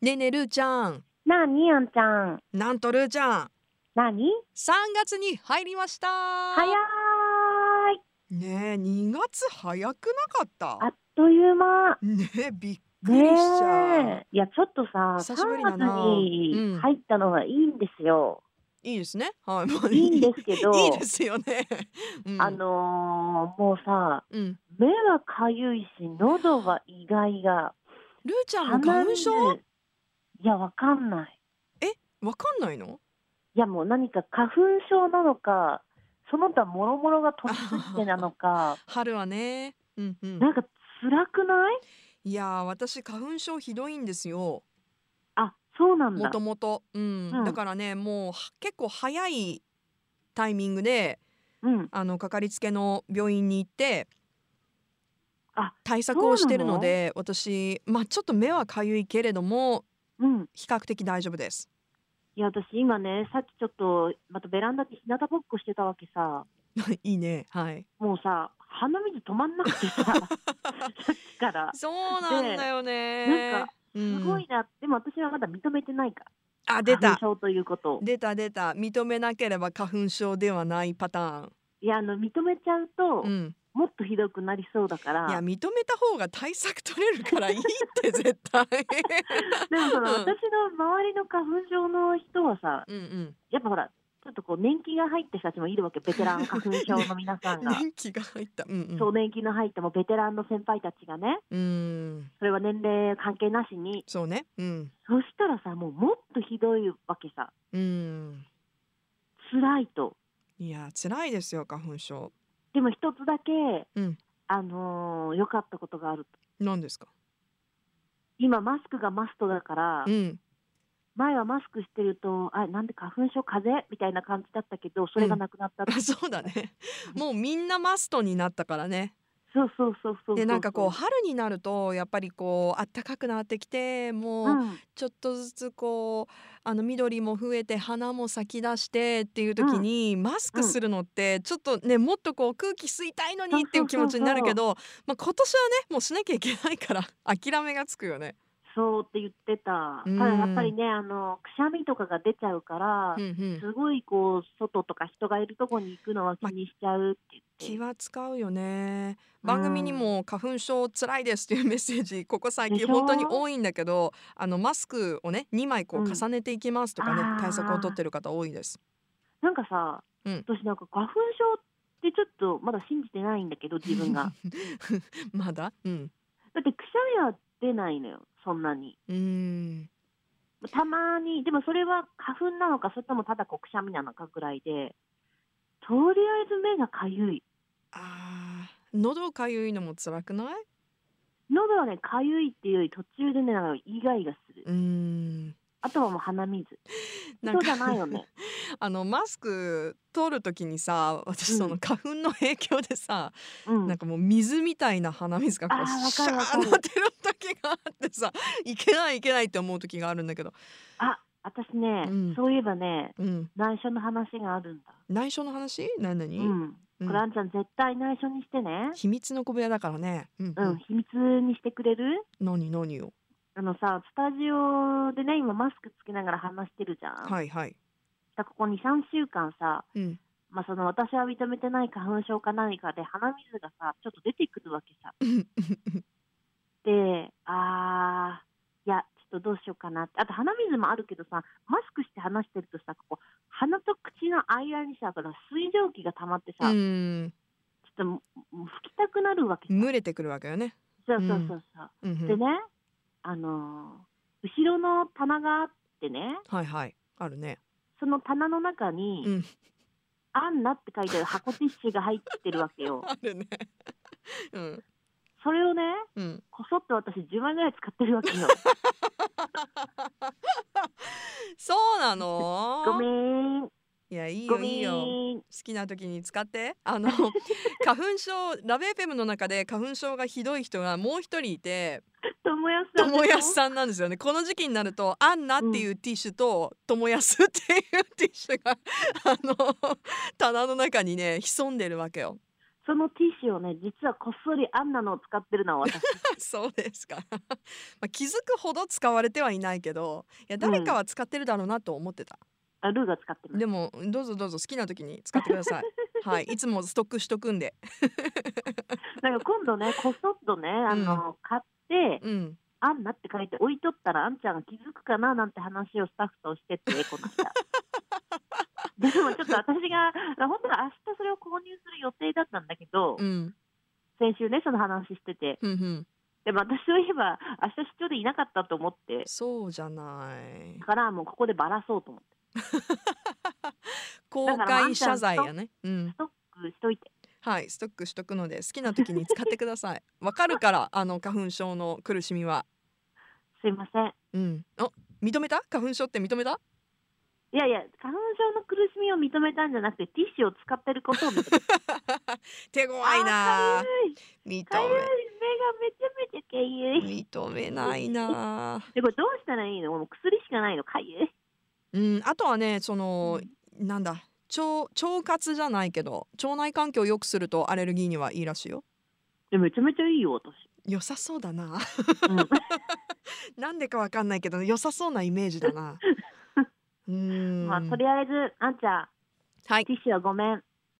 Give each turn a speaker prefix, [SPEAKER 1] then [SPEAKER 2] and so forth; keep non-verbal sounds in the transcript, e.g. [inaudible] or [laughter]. [SPEAKER 1] ねえねえるーちゃん
[SPEAKER 2] なあ、にあんちゃん。
[SPEAKER 1] なんとるーちゃん
[SPEAKER 2] なに
[SPEAKER 1] 3月に入りました
[SPEAKER 2] 早ーい。
[SPEAKER 1] ねえ2月早くなかった
[SPEAKER 2] あっという間。
[SPEAKER 1] ねえびっくりしちゃう、
[SPEAKER 2] ねえ。いや、ちょっとさ、
[SPEAKER 1] 久しぶり
[SPEAKER 2] 3
[SPEAKER 1] だ
[SPEAKER 2] 月
[SPEAKER 1] なうん
[SPEAKER 2] に入ったのはいいんですよ。
[SPEAKER 1] いいですねはい、まあ、
[SPEAKER 2] いいんですけど、
[SPEAKER 1] [laughs] いいですよね、うん、
[SPEAKER 2] あのーもうさ、
[SPEAKER 1] うん、
[SPEAKER 2] 目はかゆいし、喉は意外が。
[SPEAKER 1] るーちゃんも花粉症
[SPEAKER 2] 鼻水いや、わかんない。
[SPEAKER 1] わかんないの
[SPEAKER 2] いや、もう何か花粉症なのか、その他もろもろが飛びすぎてな
[SPEAKER 1] [laughs]
[SPEAKER 2] のか、
[SPEAKER 1] 春はねうんうん
[SPEAKER 2] なんか辛くない
[SPEAKER 1] いやー私花粉症ひどいんですよ
[SPEAKER 2] あ、そうなん
[SPEAKER 1] も
[SPEAKER 2] だ
[SPEAKER 1] と。もと、うん
[SPEAKER 2] うん
[SPEAKER 1] だからねもうは結構早いタイミングで
[SPEAKER 2] うん。
[SPEAKER 1] あのかかりつけの病院に行って
[SPEAKER 2] あ
[SPEAKER 1] 対策をしてるので私、まあ、ちょっと目はかゆいけれども
[SPEAKER 2] うん。
[SPEAKER 1] 比較的大丈夫です。 [laughs]
[SPEAKER 2] いや私今ねさっきちょっとまたベランダで日向ぼっこしてたわけさ
[SPEAKER 1] いいね、はい、
[SPEAKER 2] もうさ鼻水止まんなくて
[SPEAKER 1] [laughs]
[SPEAKER 2] ささっきから
[SPEAKER 1] そうなんだよね。
[SPEAKER 2] なんかすご
[SPEAKER 1] う
[SPEAKER 2] い
[SPEAKER 1] ん、
[SPEAKER 2] な、でも私はまだ認めてないか
[SPEAKER 1] あ
[SPEAKER 2] ら
[SPEAKER 1] 出た
[SPEAKER 2] 花粉症ということを
[SPEAKER 1] 出た出た認めなければ花粉症ではないパターン。
[SPEAKER 2] いやあの認めちゃうと、
[SPEAKER 1] うん、
[SPEAKER 2] もっとひどくなりそうだから
[SPEAKER 1] いや認めた方が対策取れるからいいって絶対。
[SPEAKER 2] [laughs] でもその、
[SPEAKER 1] うん
[SPEAKER 2] 私の周りの花粉症の人はさ
[SPEAKER 1] うんうん。
[SPEAKER 2] やっぱほらちょっとこう年季が入った人たちもいるわけベテラン花粉症の皆さ
[SPEAKER 1] [laughs]
[SPEAKER 2] んが。
[SPEAKER 1] 年季が入った。うんうん。
[SPEAKER 2] そう年季の入ったもうベテランの先輩たちがね
[SPEAKER 1] うん。
[SPEAKER 2] それは年齢関係なしに
[SPEAKER 1] そうね。うん。
[SPEAKER 2] そしたらさもうもっとひどいわけさ
[SPEAKER 1] うん。
[SPEAKER 2] 辛いと
[SPEAKER 1] いや辛いですよ花粉症。
[SPEAKER 2] でも一つだけ、
[SPEAKER 1] うん
[SPEAKER 2] あのー良かったことがあると
[SPEAKER 1] 何ですか。
[SPEAKER 2] 今マスクがマストだから、
[SPEAKER 1] うん。 [laughs]
[SPEAKER 2] 前はマスクしてるとあなんで花粉症風邪みたいな感じだったけどそれがなくなったと、
[SPEAKER 1] あそうだね。もうみんなマストになったからね。
[SPEAKER 2] そうそうそうそうそう
[SPEAKER 1] でなんかこう春になるとやっぱりこう暖かくなってきて
[SPEAKER 2] う、
[SPEAKER 1] もうんちょっとずつこうあの緑も増えて花も咲き出してっていう時にマスクするのってちょっとねもっとこう空気吸いたいのにっていう気持ちになるけどまあ今年はねもうしなきゃいけないから諦めがつくよね。
[SPEAKER 2] そうって言ってた、
[SPEAKER 1] うん
[SPEAKER 2] ただやっぱりねあのくしゃみとかが出ちゃうから、
[SPEAKER 1] うんうん
[SPEAKER 2] すごいこう外とか人がいるとこに行くのは気にしちゃうって言って、
[SPEAKER 1] 気は使うよね番組にも花粉症つらいですっていうメッセージここ最
[SPEAKER 2] で
[SPEAKER 1] 近
[SPEAKER 2] しょ
[SPEAKER 1] 本当に多いんだけどあのマスクをね2枚こう
[SPEAKER 2] うん
[SPEAKER 1] 重ねていきますとかね、
[SPEAKER 2] あー
[SPEAKER 1] 対策を取ってる方多いです
[SPEAKER 2] なんかさ、
[SPEAKER 1] うん
[SPEAKER 2] 私なんか花粉症ってちょっとまだ信じてないん
[SPEAKER 1] [laughs]
[SPEAKER 2] だけど自分が
[SPEAKER 1] まだうん
[SPEAKER 2] だってくしゃみは出ないのよそんなに
[SPEAKER 1] うーん
[SPEAKER 2] たまにでもそれは花粉なのかそれともただこうくしゃみなのかぐらいでとりあえず目がかゆい
[SPEAKER 1] あー喉かゆいのも辛くない
[SPEAKER 2] 喉はねかゆいっていうより途中でねなんか意外がする
[SPEAKER 1] うーん
[SPEAKER 2] あとはもう鼻水
[SPEAKER 1] な
[SPEAKER 2] そ
[SPEAKER 1] ん
[SPEAKER 2] う
[SPEAKER 1] か
[SPEAKER 2] じゃない
[SPEAKER 1] [laughs]
[SPEAKER 2] よね
[SPEAKER 1] あのマスク取る時にさ私
[SPEAKER 2] うん
[SPEAKER 1] その花粉の影響でさ、
[SPEAKER 2] うん
[SPEAKER 1] なんかもう水みたいな鼻水がこう
[SPEAKER 2] あーわ
[SPEAKER 1] シ
[SPEAKER 2] か
[SPEAKER 1] ャ
[SPEAKER 2] るわか
[SPEAKER 1] ー
[SPEAKER 2] る
[SPEAKER 1] なってる時があってさ [laughs] いけないいけないって思う時があるんだけど
[SPEAKER 2] あ私ね、
[SPEAKER 1] うん
[SPEAKER 2] そういえばね
[SPEAKER 1] うん、
[SPEAKER 2] 内緒の話があるんだ
[SPEAKER 1] 内緒の話何
[SPEAKER 2] う
[SPEAKER 1] 何、
[SPEAKER 2] ん
[SPEAKER 1] うん
[SPEAKER 2] これあんちゃん絶対内緒にしてね
[SPEAKER 1] 秘密の小部屋だからね、うんう
[SPEAKER 2] うんん秘密にしてくれる
[SPEAKER 1] 何何を
[SPEAKER 2] あのさスタジオでね今マスクつけながら話してるじゃん、
[SPEAKER 1] はいはい、
[SPEAKER 2] だからここ23週間さ、
[SPEAKER 1] うん、
[SPEAKER 2] まあ、その私は認めてない花粉症か何かで鼻水がさちょっと出てくるわけ
[SPEAKER 1] [laughs]
[SPEAKER 2] さであーいやちょっとどうしようかなってあと鼻水もあるけどさマスクして話してるとさここ鼻と口の間にさこの水蒸気が溜まって
[SPEAKER 1] う
[SPEAKER 2] さ、ち
[SPEAKER 1] ん
[SPEAKER 2] ょっとももう吹きたくなるわけさ
[SPEAKER 1] 群れてくるわけよね、
[SPEAKER 2] そうそうそうそう、
[SPEAKER 1] うんうん
[SPEAKER 2] でねあのー後ろの棚があってね
[SPEAKER 1] はいはいあるね
[SPEAKER 2] その棚の中に、
[SPEAKER 1] うん
[SPEAKER 2] アンナって書いてある箱ティッシュが入ってるわ
[SPEAKER 1] [laughs]
[SPEAKER 2] けよ。
[SPEAKER 1] あるねうん
[SPEAKER 2] それをね、
[SPEAKER 1] うん
[SPEAKER 2] こそっと私10枚ぐらい使ってるわ
[SPEAKER 1] [laughs]
[SPEAKER 2] けよ。
[SPEAKER 1] そうなの
[SPEAKER 2] [laughs] ごめーん、
[SPEAKER 1] いやいい
[SPEAKER 2] ご
[SPEAKER 1] よ
[SPEAKER 2] め
[SPEAKER 1] いいよ好
[SPEAKER 2] ーん。
[SPEAKER 1] きな時に使ってあの [laughs] 花粉症ラベーペムの中で花粉症がひどい人がもう一人いて
[SPEAKER 2] ともやすさんでしょ。
[SPEAKER 1] [laughs] 友安さんなんですよねこの時期になるとアンナっていうティッシュと友安って [laughs] いうティッシュがあの棚の中にね潜んでるわけよ [laughs]
[SPEAKER 2] そのティッシュをね実はこっそりあんなのを使ってるのは私
[SPEAKER 1] そうですか、 [laughs] まあ、気づくほど使われてはいないけどいや誰かは使ってるだろうなと思ってた、
[SPEAKER 2] あルーが使ってます
[SPEAKER 1] でもどうぞどうぞ好きな時に使ってくだ [laughs] さいはいいつもストックしとくんで
[SPEAKER 2] なんか今度ねこそっとねあの、買って
[SPEAKER 1] うん
[SPEAKER 2] 「あんな」って書いて置いとったらあんちゃんが気づくかななんて話をスタッフとして
[SPEAKER 1] [laughs]
[SPEAKER 2] てこの間でもちょっと私が本当は明日それを購入する予定だったんだけど、
[SPEAKER 1] うん
[SPEAKER 2] 先週ねその話してて
[SPEAKER 1] ふんふん
[SPEAKER 2] でも私といえば明日出張でいなかったと思って
[SPEAKER 1] そうじゃない
[SPEAKER 2] だからもうここでバラそうと思って
[SPEAKER 1] 公開謝罪やねうん
[SPEAKER 2] ストックしといて
[SPEAKER 1] はいストックしとくので好きな時に使ってくださ
[SPEAKER 2] [laughs]
[SPEAKER 1] いわかるからあの花粉症の苦しみは
[SPEAKER 2] すいません
[SPEAKER 1] うんお認めた花粉症って認めた [laughs]
[SPEAKER 2] いやいや花粉症の苦しみを認めたんじゃなくてティッシュを使ってることを認めた
[SPEAKER 1] 手強いな
[SPEAKER 2] あーか
[SPEAKER 1] 認
[SPEAKER 2] ゆいかゆい目がめちゃめちゃかゆい
[SPEAKER 1] め認めないな
[SPEAKER 2] でこれどうしたらいいのもう薬しかないのかゆい
[SPEAKER 1] うんあとはねそのなんだ腸腸活じゃないけど腸内環境を良くするとアレルギーにはいいらしいよ
[SPEAKER 2] でめちゃめちゃいいよ私、
[SPEAKER 1] 良さそうだな [laughs]
[SPEAKER 2] うん
[SPEAKER 1] なんでかわかんないけど良さそうなイ
[SPEAKER 2] [laughs]
[SPEAKER 1] メージだなうーん、
[SPEAKER 2] まあ、とりあえずあんちゃん
[SPEAKER 1] はい
[SPEAKER 2] ティッシュはごめん